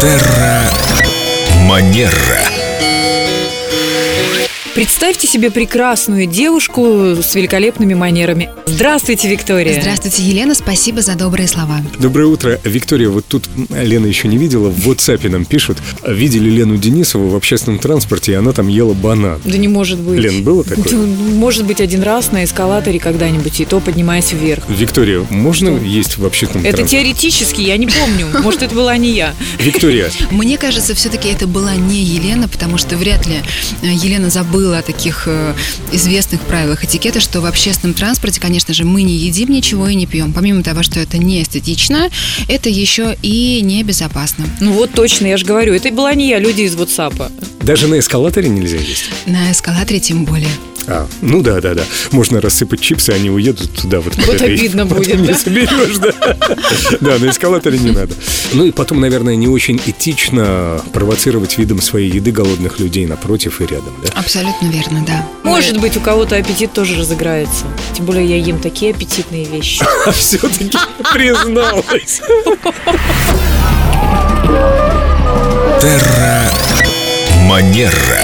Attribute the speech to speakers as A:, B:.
A: Терра Манера.
B: Представьте себе прекрасную девушку с великолепными манерами. Здравствуйте, Виктория.
C: Здравствуйте, Елена, спасибо за добрые слова.
D: Доброе утро. Виктория, вот тут м, Лена еще не видела, в WhatsApp нам пишут. Видели Лену Денисову в общественном транспорте, и она там ела банан.
B: Да не может быть.
D: Лен, было такое?
B: Да, ну, Может быть, один раз на эскалаторе когда-нибудь, и то поднимаясь вверх.
D: Виктория, можно есть в общественном
B: Это
D: транспорте?
B: теоретически, я не помню. Может, это была не я.
D: Виктория,
C: Мне кажется, все-таки это была не Елена, потому что вряд ли э, Елена забыла о таких э, известных правилах этикета, что в общественном транспорте, конечно же, мы не едим ничего и не пьем. Помимо того, что это не эстетично, это еще и небезопасно.
B: Ну вот точно, я же говорю, это была не я, люди из WhatsApp.
D: даже на эскалаторе нельзя есть?
C: На эскалаторе тем более.
D: А, ну да, да, да. Можно рассыпать чипсы, они уедут туда. Вот, под
B: Вот
D: этой-
B: обидно
D: потом
B: будет,
D: не
B: да?
D: соберешь, да. Да, на эскалаторе не надо. Ну и потом, наверное, не очень этично провоцировать видом своей еды голодных людей напротив и рядом, да?
C: Абсолютно верно, да.
B: Может быть, у кого-то аппетит тоже разыграется. Тем более я ем такие аппетитные вещи.
D: А все-таки призналась.
A: Терра Манера.